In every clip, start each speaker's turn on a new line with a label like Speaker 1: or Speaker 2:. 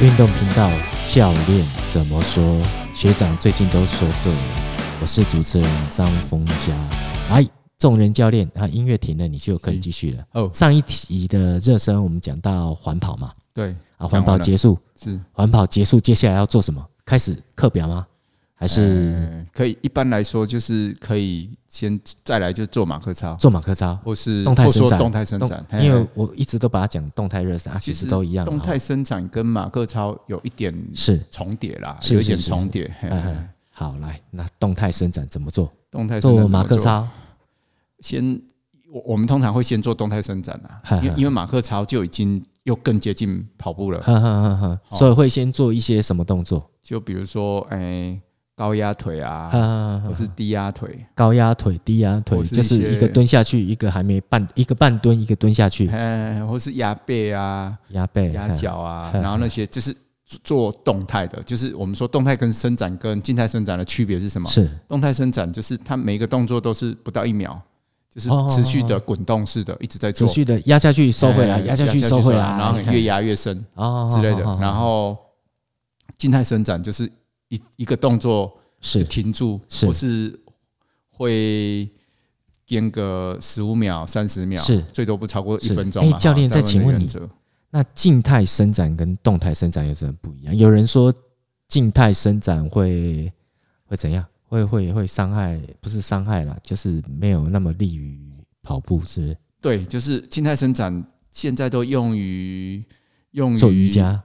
Speaker 1: 运动频道教练怎么说？学长最近都说对了。我是主持人张峰佳。哎，众人教练啊，音乐停了，你就可以继续了。
Speaker 2: 哦，
Speaker 1: 上一题的热身我们讲到环跑嘛，
Speaker 2: 对，
Speaker 1: 啊，
Speaker 2: 讲
Speaker 1: 环
Speaker 2: 完
Speaker 1: 跑
Speaker 2: 了
Speaker 1: 结束，
Speaker 2: 是
Speaker 1: 环跑结束，接下来要做什么？开始课表吗？还是
Speaker 2: 呃可以。一般来说，就是可以先再来就做马克操，
Speaker 1: 做马克操？
Speaker 2: 或是
Speaker 1: 动态
Speaker 2: 或
Speaker 1: 伸
Speaker 2: 说
Speaker 1: 展
Speaker 2: 动态伸
Speaker 1: 动
Speaker 2: 展，嘿
Speaker 1: 因为我一直都把它讲动态热身啊，其
Speaker 2: 哎其
Speaker 1: 实
Speaker 2: 实
Speaker 1: 都一样啊。
Speaker 2: 动态伸展跟马克操有一点
Speaker 1: 是
Speaker 2: 重叠啦，
Speaker 1: 是
Speaker 2: 有一
Speaker 1: 是
Speaker 2: 点
Speaker 1: 是
Speaker 2: 重叠。嘿
Speaker 1: 哎哎好，来，那动态伸展怎么做？
Speaker 2: 动态伸展
Speaker 1: 做
Speaker 2: 怎么
Speaker 1: 马克
Speaker 2: 做，
Speaker 1: 操，
Speaker 2: 先我我们通常会先做动态伸展啦
Speaker 1: 哈，哈
Speaker 2: 因为因为马克操就已经又更接近跑步了，
Speaker 1: 哈哈哈哈。
Speaker 2: 好
Speaker 1: 所以会先做一些什么动作？
Speaker 2: 就比如说哎高压腿
Speaker 1: 哈
Speaker 2: 啊，
Speaker 1: 哈哈
Speaker 2: 或
Speaker 1: 哈
Speaker 2: 是低压腿，
Speaker 1: 高压腿、低压腿，
Speaker 2: 或是
Speaker 1: 就
Speaker 2: 一
Speaker 1: 是
Speaker 2: 些
Speaker 1: 一个蹲下去，一个还没半，一个半蹲，一个蹲下去，
Speaker 2: 哎，或是压背啊，
Speaker 1: 压 背、
Speaker 2: 压
Speaker 1: 嗯，
Speaker 2: 脚啊，
Speaker 1: 嗯
Speaker 2: 然后那些就是做动态的，就是我们说动态跟伸展跟静态伸展的区别是什么？
Speaker 1: 是
Speaker 2: 动态伸展就是它每一个动作都是不到一秒，就是
Speaker 1: 哦哦哦
Speaker 2: 持续的滚动式的一直在
Speaker 1: 持
Speaker 2: 做，
Speaker 1: 续的压下去，收回来，
Speaker 2: 哎
Speaker 1: 压下去，收回来，
Speaker 2: 然后
Speaker 1: 哎
Speaker 2: 越压越深
Speaker 1: 哦
Speaker 2: 之类的。
Speaker 1: 哦哦哦
Speaker 2: 然后静态伸展就是一一个动作就是停住，
Speaker 1: 是
Speaker 2: 或是会。间隔十五秒、三十秒，
Speaker 1: 是
Speaker 2: 最多不超过一
Speaker 1: 是
Speaker 2: 分钟
Speaker 1: 哎
Speaker 2: 嘛。哈
Speaker 1: 教练
Speaker 2: 大部
Speaker 1: 再
Speaker 2: 分
Speaker 1: 请
Speaker 2: 的
Speaker 1: 问
Speaker 2: 原
Speaker 1: 你
Speaker 2: 则
Speaker 1: 那静态伸展跟动态伸展有什么不一样？有人说静态伸展会会怎样？会会会伤害，不是伤害啦，就是没有那么利于跑步，是不是？
Speaker 2: 对，就是静态伸展，现在都用于用于
Speaker 1: 做瑜伽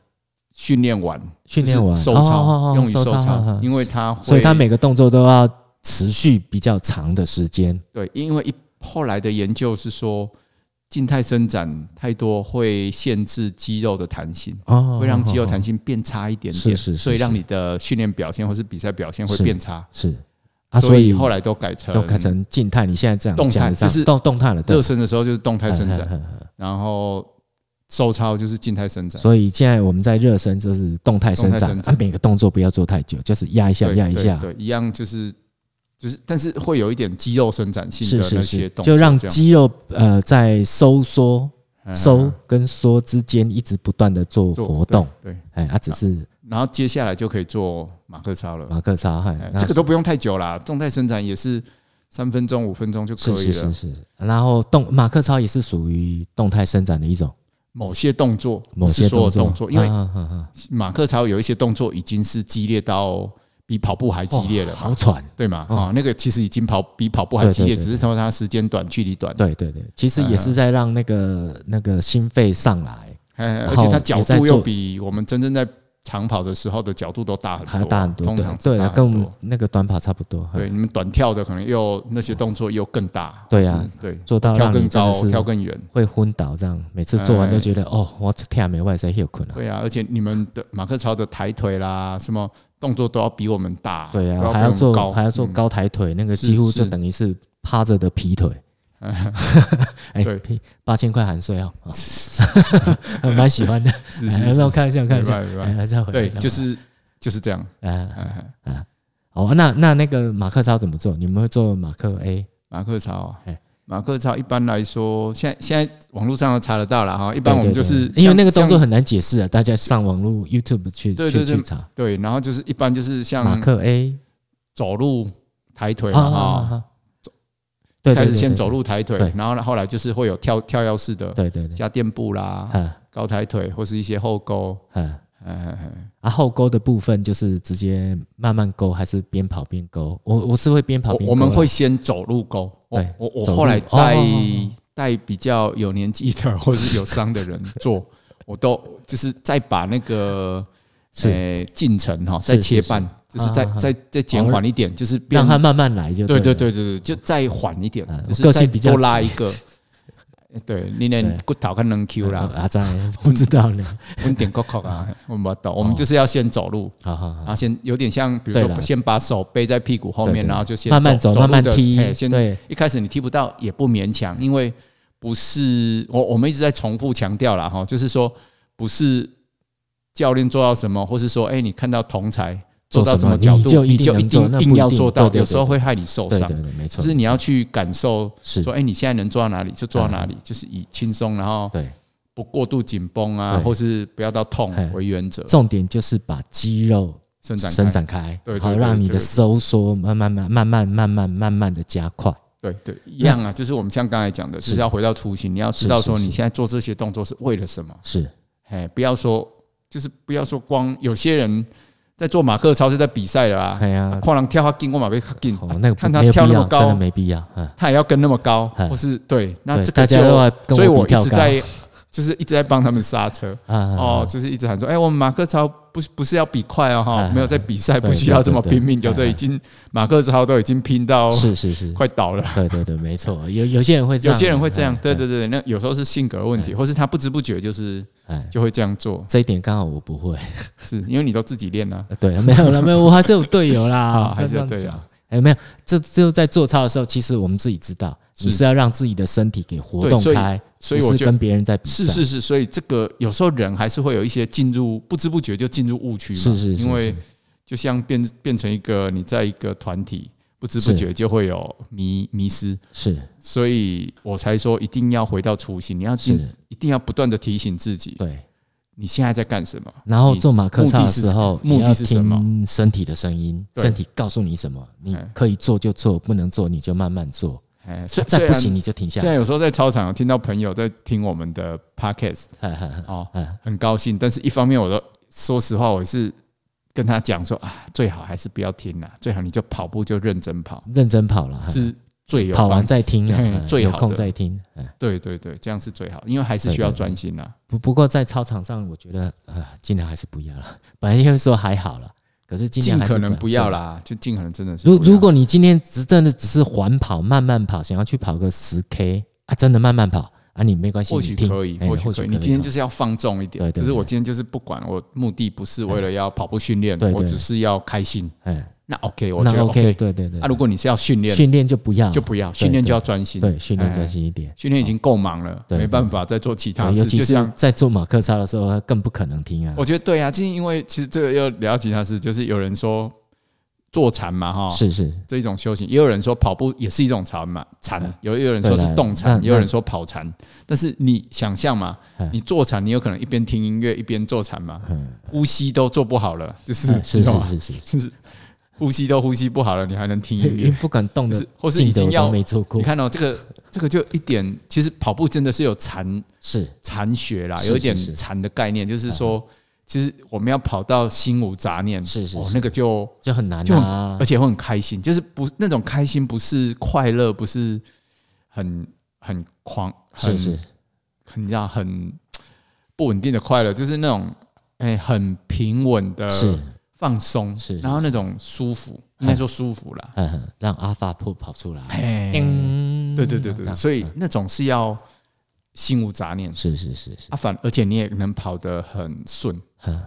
Speaker 2: 训练完，
Speaker 1: 训练完，
Speaker 2: 就是收
Speaker 1: 哦
Speaker 2: 操，
Speaker 1: 哦哦
Speaker 2: 用于
Speaker 1: 收
Speaker 2: 收操，
Speaker 1: 哦哦
Speaker 2: 因为它会
Speaker 1: 所以它每个动作都要持续比较长的时间。
Speaker 2: 对，因为一后来的研究是说，静态伸展太多会限制肌肉的弹性。
Speaker 1: 哦，
Speaker 2: 会让肌肉弹
Speaker 1: 性
Speaker 2: 性变差一点
Speaker 1: 是
Speaker 2: 点，
Speaker 1: 是是
Speaker 2: 所以让
Speaker 1: 是
Speaker 2: 你的训练表现或是比赛表现会
Speaker 1: 是
Speaker 2: 变差，
Speaker 1: 是啊，
Speaker 2: 所
Speaker 1: 所
Speaker 2: 以
Speaker 1: 以
Speaker 2: 后来都改成
Speaker 1: 就改成静态。你现在这样
Speaker 2: 动态
Speaker 1: 讲得上
Speaker 2: 就是
Speaker 1: 动动态了，对
Speaker 2: 热身的时候就是动态伸展，
Speaker 1: 嗯嗯嗯
Speaker 2: 然后收操就是静态伸展。
Speaker 1: 所以现在我们在热身就是动态伸
Speaker 2: 动态
Speaker 1: 展
Speaker 2: 伸，展
Speaker 1: 啊，每个动作不要做太久，就是压一下
Speaker 2: 对
Speaker 1: 压一下，
Speaker 2: 对，对一样就是就是，但是会有一点肌肉生长性
Speaker 1: 是
Speaker 2: 的
Speaker 1: 是
Speaker 2: 那些
Speaker 1: 是，
Speaker 2: 动作，
Speaker 1: 就让
Speaker 2: 这样
Speaker 1: 肌肉呃在收缩、
Speaker 2: 嗯
Speaker 1: 收跟缩之间一直不断的做
Speaker 2: 做
Speaker 1: 活动，
Speaker 2: 对，对
Speaker 1: 哎，啊，只是
Speaker 2: 然后接下来就可以做马克操了，
Speaker 1: 马克操，哎
Speaker 2: 哎，
Speaker 1: 那
Speaker 2: 这个都不用太久啦，动态伸展也是三分钟五分钟就可
Speaker 1: 是
Speaker 2: 以
Speaker 1: 是
Speaker 2: 了
Speaker 1: 是。是，然后动马克操也是属于动态伸展的一种，
Speaker 2: 某些动作，
Speaker 1: 某
Speaker 2: 不
Speaker 1: 些
Speaker 2: 是所有
Speaker 1: 动作，
Speaker 2: 动作，因为
Speaker 1: 啊啊啊
Speaker 2: 马克操有一些动作已经是激烈到比跑步还激烈了
Speaker 1: 啊
Speaker 2: 嘛
Speaker 1: 好，喘，
Speaker 2: 对嘛？
Speaker 1: 嗯
Speaker 2: 啊，那个其实已经跑比跑步还
Speaker 1: 对
Speaker 2: 激烈，
Speaker 1: 对对
Speaker 2: 只是说它时间短，距离短，
Speaker 1: 对对对，其实也是在让那个那个心肺上来，
Speaker 2: 哎，
Speaker 1: 然
Speaker 2: 而且
Speaker 1: 后
Speaker 2: 它
Speaker 1: 也
Speaker 2: 角
Speaker 1: 在
Speaker 2: 度又
Speaker 1: 做
Speaker 2: 比我们真正在长跑的时候的角度都大很
Speaker 1: 它
Speaker 2: 多，
Speaker 1: 大很多，
Speaker 2: 通
Speaker 1: 对
Speaker 2: 常是
Speaker 1: 对
Speaker 2: 大
Speaker 1: 啊，
Speaker 2: 很
Speaker 1: 跟我
Speaker 2: 多
Speaker 1: 们那个短跑差不多，
Speaker 2: 对，你们短跳的可能又那些动作又更大，
Speaker 1: 对啊
Speaker 2: 或是对，
Speaker 1: 做到
Speaker 2: 跳
Speaker 1: 让你
Speaker 2: 更
Speaker 1: 真
Speaker 2: 高
Speaker 1: 的，是
Speaker 2: 跳更远，
Speaker 1: 会昏倒，这样每次做完都觉得、
Speaker 2: 哎
Speaker 1: 哦，我天没外在休困了。
Speaker 2: 对啊，而且你们的马克操的抬腿啦，什么动作都要比我们大，
Speaker 1: 对
Speaker 2: 都
Speaker 1: 啊，还
Speaker 2: 比我
Speaker 1: 要
Speaker 2: 们
Speaker 1: 做
Speaker 2: 高，
Speaker 1: 还要做
Speaker 2: 嗯，
Speaker 1: 高抬腿，那个
Speaker 2: 是
Speaker 1: 几乎就是等于是趴着的劈腿。 哎
Speaker 2: 对，
Speaker 1: 劈八千块含税 哦，啊还蛮喜欢的。
Speaker 2: 是
Speaker 1: 哎让我看一下，看一下，
Speaker 2: 明白明白
Speaker 1: 哎还是要回来
Speaker 2: 对，
Speaker 1: 这样
Speaker 2: 就是就是这样。
Speaker 1: 啊，
Speaker 2: 哎哎
Speaker 1: 哦，那那那个马克操怎么做？你们会做马克 A？
Speaker 2: 马克操啊
Speaker 1: 哎，
Speaker 2: 马克操一般来说，现在现在网络上都查得到了哈。一般我们
Speaker 1: 对
Speaker 2: 就
Speaker 1: 对
Speaker 2: 是
Speaker 1: 对因为
Speaker 2: 像
Speaker 1: 那个动作
Speaker 2: 像
Speaker 1: 很难解释啊，大家上网络 YouTube 去
Speaker 2: 对
Speaker 1: 去
Speaker 2: 对对
Speaker 1: 去查
Speaker 2: 对，然后就是一般就是
Speaker 1: 马
Speaker 2: 像
Speaker 1: 克 A
Speaker 2: 走路抬腿
Speaker 1: 啊
Speaker 2: 嘛
Speaker 1: 啊啊
Speaker 2: 哈，
Speaker 1: 啊，对，对
Speaker 2: 开
Speaker 1: 对
Speaker 2: 始先
Speaker 1: 对
Speaker 2: 走路抬腿
Speaker 1: 对，
Speaker 2: 然后后来就是会有跳跳跃式的
Speaker 1: 对对对，
Speaker 2: 加垫步啦，
Speaker 1: 啊
Speaker 2: 高抬腿或是一些后勾，
Speaker 1: 啊。
Speaker 2: 嗯，
Speaker 1: 啊，后勾的部分就是直接慢慢勾，还是边跑边勾？我我是会边跑
Speaker 2: 我
Speaker 1: 边勾
Speaker 2: 我们
Speaker 1: 啦
Speaker 2: 会先走路勾，我
Speaker 1: 对
Speaker 2: 我我
Speaker 1: 走路
Speaker 2: 后来
Speaker 1: 哦
Speaker 2: 带
Speaker 1: 哦哦
Speaker 2: 带比较有年纪的或是有伤的人做， 我都就是再把那个
Speaker 1: 是
Speaker 2: 呃进程哈
Speaker 1: 是
Speaker 2: 再切半，
Speaker 1: 是
Speaker 2: 就是再
Speaker 1: 啊啊哦
Speaker 2: 再再减缓一点，就是变
Speaker 1: 让它慢慢来就
Speaker 2: 对
Speaker 1: 对
Speaker 2: 对
Speaker 1: 了
Speaker 2: 对对对，就再缓一点
Speaker 1: 啊，
Speaker 2: 就是
Speaker 1: 我个性
Speaker 2: 再
Speaker 1: 比较
Speaker 2: 多拉一个。 对，你连
Speaker 1: 对
Speaker 2: 骨头看能 Q 啦，
Speaker 1: 啊，在不知道呢，
Speaker 2: 我点 c o 啊，我们懂，我们就是要先走路，
Speaker 1: 好好好
Speaker 2: 然，后先有点像，比如
Speaker 1: 哦对啦
Speaker 2: 说先把手背在屁股后
Speaker 1: 对
Speaker 2: 面，
Speaker 1: 对
Speaker 2: 然后就先
Speaker 1: 慢慢走，慢慢
Speaker 2: 路的
Speaker 1: 踢
Speaker 2: 嘿，先
Speaker 1: 对，
Speaker 2: 一开始你踢不到也不勉强，因为不是我我们一直在重复强调啦，哈，就是说不是教练做到什么，或是说哎、你看到同才做到什么角度，
Speaker 1: 做什么你
Speaker 2: 你
Speaker 1: 就
Speaker 2: 就
Speaker 1: 一
Speaker 2: 一
Speaker 1: 定能做
Speaker 2: 定
Speaker 1: 那不一定
Speaker 2: 定要做到，
Speaker 1: 对对对
Speaker 2: 有时候会害你受
Speaker 1: 对
Speaker 2: 伤
Speaker 1: 对。对，没错，
Speaker 2: 就是你要去感受，
Speaker 1: 是啊
Speaker 2: 说哎、你现在能做到哪里就做到哪里，就是以轻松，然后
Speaker 1: 对
Speaker 2: 不过度紧绷啊，
Speaker 1: 对
Speaker 2: 或是不要到痛
Speaker 1: 嘿
Speaker 2: 为原则，
Speaker 1: 重点就是把肌肉
Speaker 2: 伸展开
Speaker 1: 伸展开
Speaker 2: 对对，
Speaker 1: 好
Speaker 2: 对
Speaker 1: 让你
Speaker 2: 这
Speaker 1: 的
Speaker 2: 个
Speaker 1: 收缩慢慢慢慢慢慢慢慢慢的加快。
Speaker 2: 对对，一样啊，就是我们像刚才讲的，就是是要回到初心，你要知
Speaker 1: 是
Speaker 2: 道
Speaker 1: 是
Speaker 2: 说你
Speaker 1: 是
Speaker 2: 现在做这些动作是为了什么，
Speaker 1: 是
Speaker 2: 哎，不要说就是不要说光有些人在做马克操是在比赛了啊，
Speaker 1: 哎呀，
Speaker 2: 跨栏跳他进，我马被他进，
Speaker 1: 哦，那个
Speaker 2: 看
Speaker 1: 不
Speaker 2: 他
Speaker 1: 没有
Speaker 2: 跳
Speaker 1: 必
Speaker 2: 那
Speaker 1: 要，
Speaker 2: 么高
Speaker 1: 真的没必要。嗯，
Speaker 2: 他也要跟那么高
Speaker 1: 哎，
Speaker 2: 或是对，那
Speaker 1: 对
Speaker 2: 这
Speaker 1: 大
Speaker 2: 个
Speaker 1: 家
Speaker 2: 就
Speaker 1: 都要跟
Speaker 2: 所以
Speaker 1: 我
Speaker 2: 我
Speaker 1: 比
Speaker 2: 一
Speaker 1: 跳
Speaker 2: 直
Speaker 1: 高
Speaker 2: 在 就是一直在帮他们刹车。
Speaker 1: 啊啊，啊，
Speaker 2: 哦就是一直喊说，哎，我们马克操不是不是要比快哦，
Speaker 1: 哎
Speaker 2: 哈
Speaker 1: 哎，
Speaker 2: 没有在比赛，
Speaker 1: 对
Speaker 2: 不需要这么
Speaker 1: 对对
Speaker 2: 拼命，
Speaker 1: 对
Speaker 2: 就
Speaker 1: 哎
Speaker 2: 对，
Speaker 1: 哎
Speaker 2: 已经马克操都已经拼到
Speaker 1: 是是是，
Speaker 2: 快倒了。
Speaker 1: 对对对，没错，有有些人会这
Speaker 2: 有
Speaker 1: 样，
Speaker 2: 些人会这样
Speaker 1: 哎，
Speaker 2: 对，对对，那有时候是性格问题，
Speaker 1: 哎
Speaker 2: 或是他不知不觉就是
Speaker 1: 哎，
Speaker 2: 就会这样做，
Speaker 1: 这一点刚好我不会。
Speaker 2: 是因为你都自己练啊，
Speaker 1: 呃对，没有了，没有，我还是有队友啦，
Speaker 2: 啊还是有
Speaker 1: 不
Speaker 2: 队友
Speaker 1: 要这样讲。哎，没有，这就在做操的时候，其实我们自己知道，
Speaker 2: 是
Speaker 1: 你是要让自己的身体给活
Speaker 2: 对
Speaker 1: 动
Speaker 2: 所以
Speaker 1: 开，
Speaker 2: 所以
Speaker 1: 不
Speaker 2: 我
Speaker 1: 是
Speaker 2: 觉得
Speaker 1: 跟别人在比赛。
Speaker 2: 是是是，所以这个有时候人还是会有一些进入不知不觉就进入误区嘛，
Speaker 1: 是是是
Speaker 2: 因为
Speaker 1: 是
Speaker 2: 就像变变成一个你在一个团体。不知不觉就会有迷迷失，
Speaker 1: 是，
Speaker 2: 所以我才说一定要回到初心，你要进
Speaker 1: 是
Speaker 2: 一定要不断的提醒自己，
Speaker 1: 对。
Speaker 2: 你现在在干什么？
Speaker 1: 然后
Speaker 2: 你
Speaker 1: 做马克操的
Speaker 2: 目的是
Speaker 1: 时候，
Speaker 2: 目的是
Speaker 1: 也要
Speaker 2: 什么
Speaker 1: 听身体的声音，
Speaker 2: 对
Speaker 1: 身体告诉你什么，你
Speaker 2: 哎
Speaker 1: 可以做就做，不能做你就慢慢做，
Speaker 2: 哎，虽虽
Speaker 1: 再
Speaker 2: 然
Speaker 1: 不行你就停下
Speaker 2: 虽
Speaker 1: 来。
Speaker 2: 然有时候在操场有听到朋友在听我们的 podcast，
Speaker 1: 哈哈哈
Speaker 2: 哦
Speaker 1: 嗯，
Speaker 2: 很高兴，但是一方面我都说实话，我也是跟他讲说啊，最好还是不要听啦，最好你就跑步就认真跑，
Speaker 1: 认真跑了，哈
Speaker 2: 是最有
Speaker 1: 嗯跑完
Speaker 2: 帮
Speaker 1: 再听啊，
Speaker 2: 嘿
Speaker 1: 嗯
Speaker 2: 最
Speaker 1: 有
Speaker 2: 好
Speaker 1: 空
Speaker 2: 的
Speaker 1: 再听。嗯
Speaker 2: 对对对，这样是最好，因为还是需要专心啊啦。
Speaker 1: 不不过在操场上，我觉得呃，尽量还是不要了。 本来应该说还好了，可是尽
Speaker 2: 尽
Speaker 1: 量还是
Speaker 2: 可能不要。啦，就尽可能真的是
Speaker 1: 如
Speaker 2: 不要。
Speaker 1: 如果你今天只真的只是缓跑、慢慢跑，想要去跑个十 K 啊，真的慢慢跑啊，你没关系，
Speaker 2: 或
Speaker 1: 你
Speaker 2: 许
Speaker 1: 听
Speaker 2: 可以，
Speaker 1: 哎
Speaker 2: 或许可以，你今天就是是要放纵一点
Speaker 1: 对，对
Speaker 2: 只是我
Speaker 1: 对
Speaker 2: 今天就是不管，我目的不是为了要跑步训练
Speaker 1: 对，对
Speaker 2: 我只是要开心。
Speaker 1: 哎，
Speaker 2: 那 OK，我觉
Speaker 1: 那
Speaker 2: 得
Speaker 1: OK，
Speaker 2: OK。
Speaker 1: 对对对。
Speaker 2: 啊，如果你是要训练，
Speaker 1: 训练就不要
Speaker 2: 就不要训练，就要专心。
Speaker 1: 对训练
Speaker 2: 哎
Speaker 1: 专心一点。
Speaker 2: 训练已经够忙了，
Speaker 1: 对
Speaker 2: 没办法再做其他
Speaker 1: 对
Speaker 2: 事。
Speaker 1: 尤其
Speaker 2: 就是像
Speaker 1: 在做马克操的时候，更不可能听啊
Speaker 2: 我。觉得对啊，就是因为其实这个又聊到其他事，就是有人说坐禅嘛，哈，
Speaker 1: 是是，
Speaker 2: 这一种修行，也有人说跑步也是一种禅嘛，禅
Speaker 1: 嗯，
Speaker 2: 有也有人说是
Speaker 1: 对啦
Speaker 2: 动禅，
Speaker 1: 那
Speaker 2: 也有人说跑禅，但是你想象嘛
Speaker 1: 嗯，
Speaker 2: 你坐禅，你有可能一边听音乐一边坐禅嘛，
Speaker 1: 嗯，
Speaker 2: 呼吸都做不好了，就是哦
Speaker 1: 哎是
Speaker 2: 你懂吗
Speaker 1: 是是是，
Speaker 2: 就是呼吸都呼吸不好了，你还能听音
Speaker 1: 因为
Speaker 2: 乐？
Speaker 1: 不敢动的
Speaker 2: 就是，或是已
Speaker 1: 记得
Speaker 2: 经
Speaker 1: 我
Speaker 2: 要
Speaker 1: 都没做过
Speaker 2: 你。看哦，这个这个就一点，其实跑步真的是有禅
Speaker 1: 是
Speaker 2: 禅学啦，
Speaker 1: 是
Speaker 2: 有一点
Speaker 1: 是是哎
Speaker 2: 禅的概念，就是说，其实我们要跑到心无杂念，
Speaker 1: 是是
Speaker 2: 哦
Speaker 1: 是，
Speaker 2: 那个就
Speaker 1: 就很难
Speaker 2: 就很
Speaker 1: 啊
Speaker 2: 而。且会很开心，就是不那种开心，不是快乐，不是很很狂，
Speaker 1: 是
Speaker 2: 很
Speaker 1: 是
Speaker 2: 很你知道很不稳定的快乐，就是那种哎、很平稳的
Speaker 1: 是，
Speaker 2: 放松，
Speaker 1: 是是
Speaker 2: 然后那种舒服，应该说舒服啦，
Speaker 1: 嗯，让阿法破跑出来。
Speaker 2: 哎、
Speaker 1: 叮，
Speaker 2: 对对对
Speaker 1: 啊这
Speaker 2: 对，
Speaker 1: 样
Speaker 2: 所以
Speaker 1: 嗯
Speaker 2: 那种是要心无杂念
Speaker 1: 是是是是，
Speaker 2: 啊，反而且你也能跑得很顺。
Speaker 1: 嗯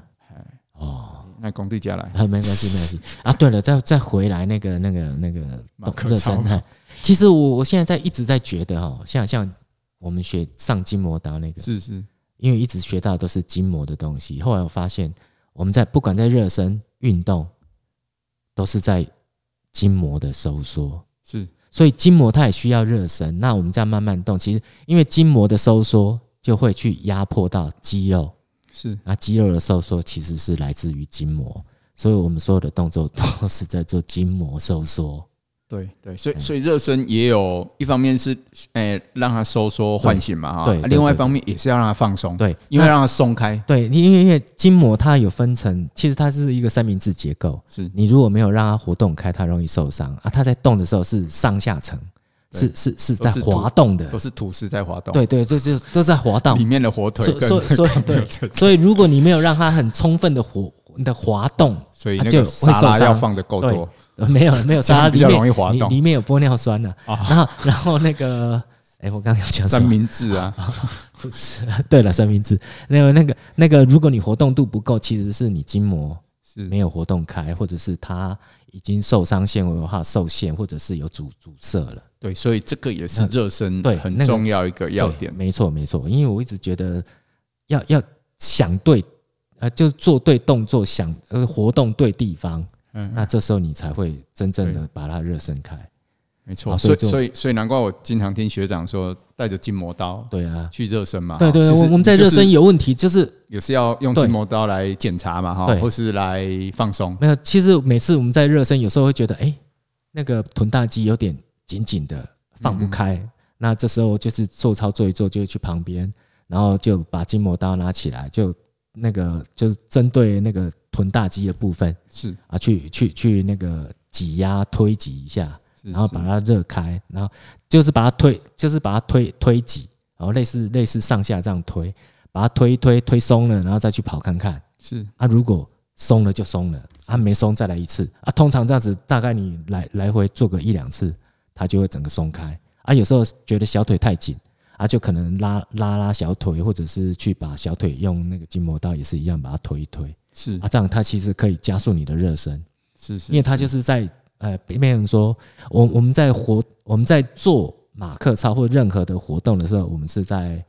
Speaker 1: 哦，
Speaker 2: 那工地家来，
Speaker 1: 没关 系没关系啊。对了，再再回来那个那个那个
Speaker 2: 马克
Speaker 1: 热
Speaker 2: 操
Speaker 1: 身，哎其实我我现在在一直在觉得哦，像像我们学上筋膜刀那个，
Speaker 2: 是是，
Speaker 1: 因为一直学到都是筋膜的东西，后来我发现我们在不管在热身运动，都是在筋膜的收缩。
Speaker 2: 是
Speaker 1: 所以筋膜它也需要热身。那我们这样慢慢动，其实因为筋膜的收缩就会去压迫到肌肉，
Speaker 2: 是
Speaker 1: 那肌肉的收缩其实是来自于筋膜，所以我们所有的动作都是在做筋膜收缩。
Speaker 2: 对对，所以
Speaker 1: 嗯
Speaker 2: 所以热身也有一方面是，诶、让它收缩唤醒嘛哈，
Speaker 1: 嗯对
Speaker 2: 啊
Speaker 1: 对
Speaker 2: 另外一
Speaker 1: 对
Speaker 2: 方面也是要让它放松，，
Speaker 1: 对，
Speaker 2: 因为
Speaker 1: 那
Speaker 2: 让它松开，
Speaker 1: 对，因为因为筋膜它有分层，其实它是一个三明治结构。
Speaker 2: 是
Speaker 1: 你如果没有让它活动开，它容易受伤啊。它在动的时候是上下层，
Speaker 2: 对
Speaker 1: 是是是在
Speaker 2: 都是突
Speaker 1: 滑动
Speaker 2: 都
Speaker 1: 的。
Speaker 2: 是吐司在滑动，
Speaker 1: 对对，这就都在滑动
Speaker 2: 里。面的火腿
Speaker 1: 所以
Speaker 2: 跟
Speaker 1: 所以所以对，所以如果你没有让它很充分的活的滑动，
Speaker 2: 所以
Speaker 1: 它
Speaker 2: 那
Speaker 1: 啊就
Speaker 2: 个
Speaker 1: 会
Speaker 2: 沙拉
Speaker 1: 受伤
Speaker 2: 要放的够多，
Speaker 1: 呃没 有没有
Speaker 2: 这样
Speaker 1: 它
Speaker 2: 比
Speaker 1: 里
Speaker 2: 较
Speaker 1: 面
Speaker 2: 容易滑
Speaker 1: 里
Speaker 2: 动啊
Speaker 1: 里面有玻尿酸呐、然后然后那个哎，我刚刚有讲什
Speaker 2: 三
Speaker 1: 么？
Speaker 2: 明治啊，
Speaker 1: 对了，三明治。那个那个那个，如果你活动度不够，其实是你筋膜
Speaker 2: 是
Speaker 1: 没有活动开，或者是它已经受伤纤维化受限，或者是有阻阻塞了。
Speaker 2: 对，所以这个也是热身
Speaker 1: 嗯对
Speaker 2: 很
Speaker 1: 那个
Speaker 2: 重要一个要
Speaker 1: 对
Speaker 2: 点，
Speaker 1: 没错没错，因为我一直觉得要要想对，呃，就是做对动作，想呃活动对地方，
Speaker 2: 嗯，
Speaker 1: 那这时候你才会真正
Speaker 2: 对哦
Speaker 1: 的把它热身开。
Speaker 2: 没错，
Speaker 1: 啊所以
Speaker 2: 所以
Speaker 1: 就
Speaker 2: 所以所以难怪我经常听学长说带着筋膜刀
Speaker 1: 对啊，
Speaker 2: 去热身嘛。
Speaker 1: 对对，
Speaker 2: 其实
Speaker 1: 我我们在
Speaker 2: 就
Speaker 1: 热
Speaker 2: 是
Speaker 1: 身有问题，就是
Speaker 2: 也是要用
Speaker 1: 对
Speaker 2: 筋膜刀来检查嘛哈，
Speaker 1: 对
Speaker 2: 或是来放松。
Speaker 1: 没有。其实每次我们在热身，有时候会觉得，哎，那个臀大肌有点紧紧的，放不开。
Speaker 2: 嗯
Speaker 1: 那这时候就是做操做一做，就去旁边，然后就把筋膜刀拿起来，就那个就是针对那个臀大肌的部分
Speaker 2: 是，
Speaker 1: 啊，去去去那个挤压推挤一下，
Speaker 2: 是
Speaker 1: 然后把它热开，然后就是把它推，就是把它推推挤，然后类似类似上下这样推，把它推一推推松了，然后再去跑看看。
Speaker 2: 是
Speaker 1: 啊，如果松了就松了，啊没松再来一次啊。通常这样子，大概你来来回做个一两次，它就会整个松开啊。有时候觉得小腿太紧啊，就可能拉拉拉小腿，或者是去把小腿用那个筋膜刀也是一样，把它推一推
Speaker 2: 是
Speaker 1: 啊，这样它其实可以加速你的热身。
Speaker 2: 是是，
Speaker 1: 因为它就是在呃，别人说，我我们在活我们在做马克操或任何的活动的时候，我们是在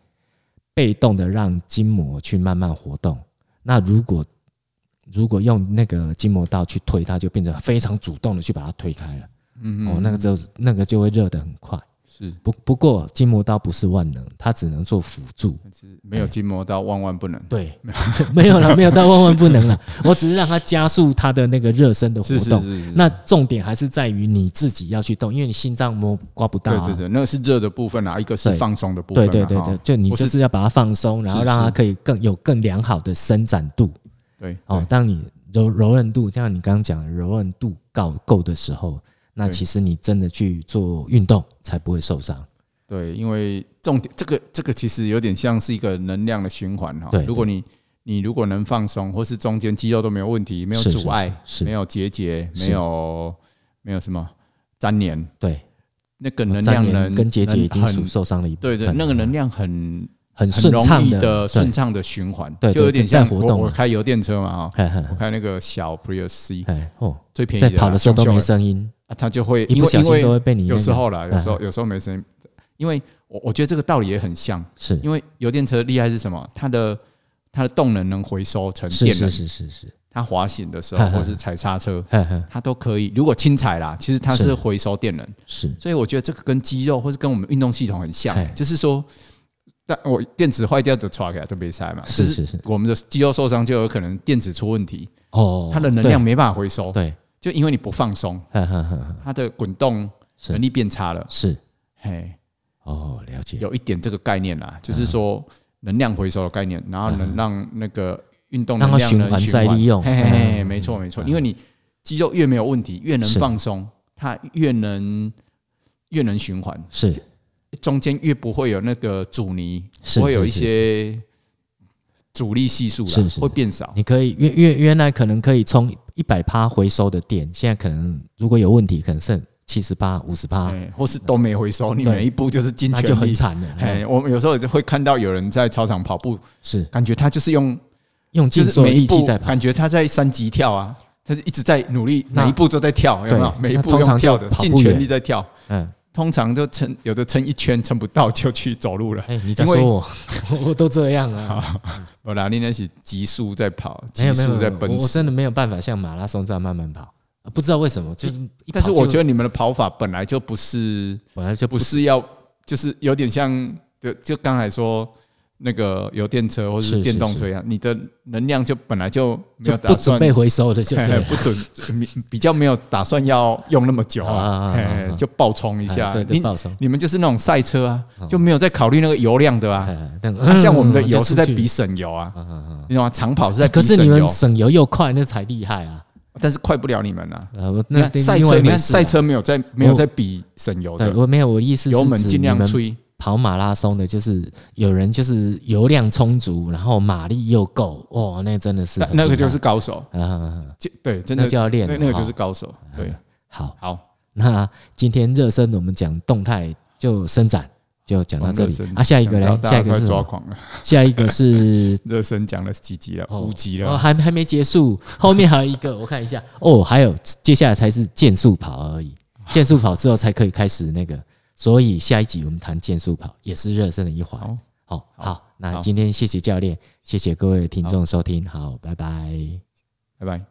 Speaker 1: 被动的让筋膜去慢慢活动。那如果如果用那个筋膜刀去推它，就变成非常主动的去把它推开了。
Speaker 2: 嗯
Speaker 1: 哦，那个就那个就会热得很快。
Speaker 2: 是
Speaker 1: 不不过筋膜刀不是万能，它只能做辅助。
Speaker 2: 是没有
Speaker 1: 哎
Speaker 2: 筋膜刀万万不能。
Speaker 1: 对， 没有了，没有到万万不能了。我只是让它加速它的那个热身的活
Speaker 2: 是是
Speaker 1: 动。
Speaker 2: 是是，
Speaker 1: 那重点还是在于你自己要去动，因为你心脏膜刮不到、
Speaker 2: 对
Speaker 1: 啊。
Speaker 2: 对对，那个是热的部分啊啦，一个是
Speaker 1: 对
Speaker 2: 放松的部分啦。
Speaker 1: 对对对
Speaker 2: 哈
Speaker 1: 对就你
Speaker 2: 我
Speaker 1: 就是是要把它放松，然后
Speaker 2: 是
Speaker 1: 让它
Speaker 2: 是
Speaker 1: 可以更有更良好的伸展度
Speaker 2: 对
Speaker 1: 哦
Speaker 2: 哦。，
Speaker 1: 当你柔柔韧度，像你刚刚讲的柔韧度够够的时候，那
Speaker 2: 对
Speaker 1: 其实你真的去做运动才不会受伤。
Speaker 2: 对，因为重点这个这个其实有点像是一个能量的循环哈
Speaker 1: 对。
Speaker 2: 如果你你如果能放松，或是中间肌肉都没有问题，没有
Speaker 1: 是是
Speaker 2: 阻碍，
Speaker 1: 是
Speaker 2: 没有结节，
Speaker 1: 是
Speaker 2: 没有没有什么粘连，
Speaker 1: 对，
Speaker 2: 那个能
Speaker 1: 哦粘
Speaker 2: 量
Speaker 1: 连
Speaker 2: 能
Speaker 1: 跟结节已经
Speaker 2: 能
Speaker 1: 属
Speaker 2: 很
Speaker 1: 受伤了一部
Speaker 2: 对
Speaker 1: 分，
Speaker 2: 对，那个能量很
Speaker 1: 很
Speaker 2: 很
Speaker 1: 顺
Speaker 2: 容
Speaker 1: 畅
Speaker 2: 易的顺
Speaker 1: 对，
Speaker 2: 畅的循环，
Speaker 1: 对对
Speaker 2: 就有点像
Speaker 1: 在活
Speaker 2: 我
Speaker 1: 动啊
Speaker 2: 我开油电车嘛哈，
Speaker 1: 嘿嘿
Speaker 2: 我开那个小 Prius C
Speaker 1: 嘿哦，
Speaker 2: 最便宜
Speaker 1: 在
Speaker 2: 的啦，
Speaker 1: 跑的时候都
Speaker 2: 熊
Speaker 1: 没
Speaker 2: 熊
Speaker 1: 声音，
Speaker 2: 啊，它就会
Speaker 1: 一
Speaker 2: 因
Speaker 1: 不
Speaker 2: 为
Speaker 1: 小
Speaker 2: 因
Speaker 1: 心都
Speaker 2: 为
Speaker 1: 会被你那
Speaker 2: 有时
Speaker 1: 个
Speaker 2: 候啦，有时候
Speaker 1: 嗯
Speaker 2: 有时候没声音，因为我我觉得这个道理也很像，
Speaker 1: 是
Speaker 2: 因为油电车厉害是什么？它的它的动能能回收成
Speaker 1: 是
Speaker 2: 电啊能
Speaker 1: 是，是是是，
Speaker 2: 它滑行的 时候
Speaker 1: 嗯嗯
Speaker 2: 或是踩刹车，
Speaker 1: 嘿嘿
Speaker 2: 它都可以。如果轻踩啦，其实它是
Speaker 1: 是
Speaker 2: 回收电能，
Speaker 1: 是
Speaker 2: 所以我觉得这个跟肌肉或是跟我们运动系统很像
Speaker 1: 嘿，
Speaker 2: 就是说，但我电池坏掉就抓给它都别塞嘛，就是是
Speaker 1: 是是
Speaker 2: 我们的肌肉受伤就有可能电子出问题，
Speaker 1: 哦，
Speaker 2: 它的能
Speaker 1: 对
Speaker 2: 量没办法回收，
Speaker 1: 对，
Speaker 2: 就因为你不放松，
Speaker 1: 呵呵呵呵，
Speaker 2: 它的滚动能
Speaker 1: 是
Speaker 2: 力变差了，
Speaker 1: 是
Speaker 2: 嘿。
Speaker 1: 哦，了解，
Speaker 2: 有一点这个概念啦，就是说能量回收的概念，然后能让那个运动
Speaker 1: Uh-huh 让它
Speaker 2: 能量
Speaker 1: 循
Speaker 2: 能
Speaker 1: 环再利用
Speaker 2: 嘿嘿嘿，
Speaker 1: 嗯
Speaker 2: 没错没错，因为你肌肉越没有问题，越能
Speaker 1: 是
Speaker 2: 放松，它越能越能循环，
Speaker 1: 是
Speaker 2: 中间越不会有那个阻尼，
Speaker 1: 是
Speaker 2: 不会有一
Speaker 1: 是是
Speaker 2: 些阻力系数啦
Speaker 1: 是，是
Speaker 2: 会变少。
Speaker 1: 你可以原原原来可能可以充一百趴回收的电，现在可能如果有问题，可能剩七十八、五十趴，
Speaker 2: 哎，或是都没回收，你
Speaker 1: 啊对
Speaker 2: 每一步就是尽
Speaker 1: 那
Speaker 2: 全
Speaker 1: 就很
Speaker 2: 力。
Speaker 1: 惨嗯了。
Speaker 2: 哎，我们有时候也会看到有人在操场跑步，
Speaker 1: 是
Speaker 2: 感觉他就是用
Speaker 1: 用尽
Speaker 2: 就是
Speaker 1: 所有
Speaker 2: 每一
Speaker 1: 力气
Speaker 2: 步
Speaker 1: 在跑，
Speaker 2: 感觉他在三级跳啊，他是一直在努力，
Speaker 1: 那
Speaker 2: 每一步都在跳，有没有？
Speaker 1: 对
Speaker 2: 每一步
Speaker 1: 那通
Speaker 2: 用
Speaker 1: 常
Speaker 2: 跳
Speaker 1: 就
Speaker 2: 的，
Speaker 1: 跑不
Speaker 2: 尽全
Speaker 1: 远
Speaker 2: 力在跳。
Speaker 1: 嗯，
Speaker 2: 通常就撑，有的撑一圈撑不到就去走路了。
Speaker 1: 哎，你在
Speaker 2: 因为
Speaker 1: 说我，我 都这样啊，
Speaker 2: 我啦，你那是极速在跑，
Speaker 1: 没
Speaker 2: 极
Speaker 1: 有没有
Speaker 2: 速
Speaker 1: 没
Speaker 2: 在
Speaker 1: 有，我
Speaker 2: 奔
Speaker 1: 我
Speaker 2: 驰。
Speaker 1: 真的没有办法像马拉松这样慢慢跑，呃不知道为什么，就是一
Speaker 2: 但是
Speaker 1: 跑
Speaker 2: 我
Speaker 1: 就
Speaker 2: 觉得你们的跑法本来就不是，
Speaker 1: 本来就
Speaker 2: 不
Speaker 1: 不
Speaker 2: 是要，就是有点像，就就刚才说那个油电车或
Speaker 1: 是
Speaker 2: 是
Speaker 1: 是
Speaker 2: 电动车一样，你的能量就本来就没
Speaker 1: 就
Speaker 2: 有打
Speaker 1: 不准
Speaker 2: 算
Speaker 1: 备回收的就
Speaker 2: 嘿
Speaker 1: 对
Speaker 2: 嘿
Speaker 1: 了。
Speaker 2: 不准，比比较没有打算要用那么久啊，
Speaker 1: 啊
Speaker 2: 嘿
Speaker 1: 啊
Speaker 2: 嘿
Speaker 1: 啊
Speaker 2: 就爆冲一
Speaker 1: 哎
Speaker 2: 下。
Speaker 1: 对对，
Speaker 2: 你
Speaker 1: 爆收。
Speaker 2: 你们就是那种赛车啊，
Speaker 1: 嗯
Speaker 2: 就没有在考虑那个油量的啊。
Speaker 1: 哎这样
Speaker 2: 那像我 们的油
Speaker 1: 就是
Speaker 2: 在
Speaker 1: 出去
Speaker 2: 比省油啊，
Speaker 1: 嗯嗯嗯
Speaker 2: 你懂吗？长哎跑是在比
Speaker 1: 可是
Speaker 2: 省
Speaker 1: 你
Speaker 2: 油
Speaker 1: 们，省油又快，那才厉害啊！
Speaker 2: 但是快不了你们啊。
Speaker 1: 呃，我
Speaker 2: 你
Speaker 1: 那
Speaker 2: 看赛
Speaker 1: 另
Speaker 2: 车，
Speaker 1: 外一
Speaker 2: 你
Speaker 1: 回
Speaker 2: 看
Speaker 1: 事啊
Speaker 2: 赛车没有在没有在比省油
Speaker 1: 对
Speaker 2: 的，
Speaker 1: 我没有，我的意思是
Speaker 2: 油门
Speaker 1: 指
Speaker 2: 尽
Speaker 1: 你
Speaker 2: 量
Speaker 1: 们
Speaker 2: 吹。
Speaker 1: 跑马拉松的，就是有人就是油量充足，然后马力又够，哇，那真的是
Speaker 2: 那
Speaker 1: 很
Speaker 2: 那
Speaker 1: 厉害
Speaker 2: 个就是高手，
Speaker 1: 啊啊，啊
Speaker 2: 就对，真的
Speaker 1: 那就要练
Speaker 2: 那
Speaker 1: 了
Speaker 2: 那个
Speaker 1: 哈哎
Speaker 2: 就是高手。对，
Speaker 1: 好。
Speaker 2: 好，
Speaker 1: 那今天热身我们讲动态就伸展，就讲到这
Speaker 2: 我们热
Speaker 1: 里
Speaker 2: 身
Speaker 1: 啊。下一个嘞
Speaker 2: 讲到，大
Speaker 1: 下一
Speaker 2: 家
Speaker 1: 个
Speaker 2: 快
Speaker 1: 是什
Speaker 2: 抓
Speaker 1: 么？
Speaker 2: 狂了，
Speaker 1: 下一个是
Speaker 2: 热身讲了几集了，五集
Speaker 1: 哦，
Speaker 2: 了，
Speaker 1: 还还没结束， 后面还有一个，我看一下哦，还有接下来才是剑术跑而已，剑术跑之后才可以开始那个， 所以下一集我们谈剑术跑，也是热身的一环。
Speaker 2: 好
Speaker 1: 好，
Speaker 2: 好
Speaker 1: 好，那
Speaker 2: 好
Speaker 1: 今天谢谢教练，谢谢各位听众收听，好，拜拜。
Speaker 2: 拜拜。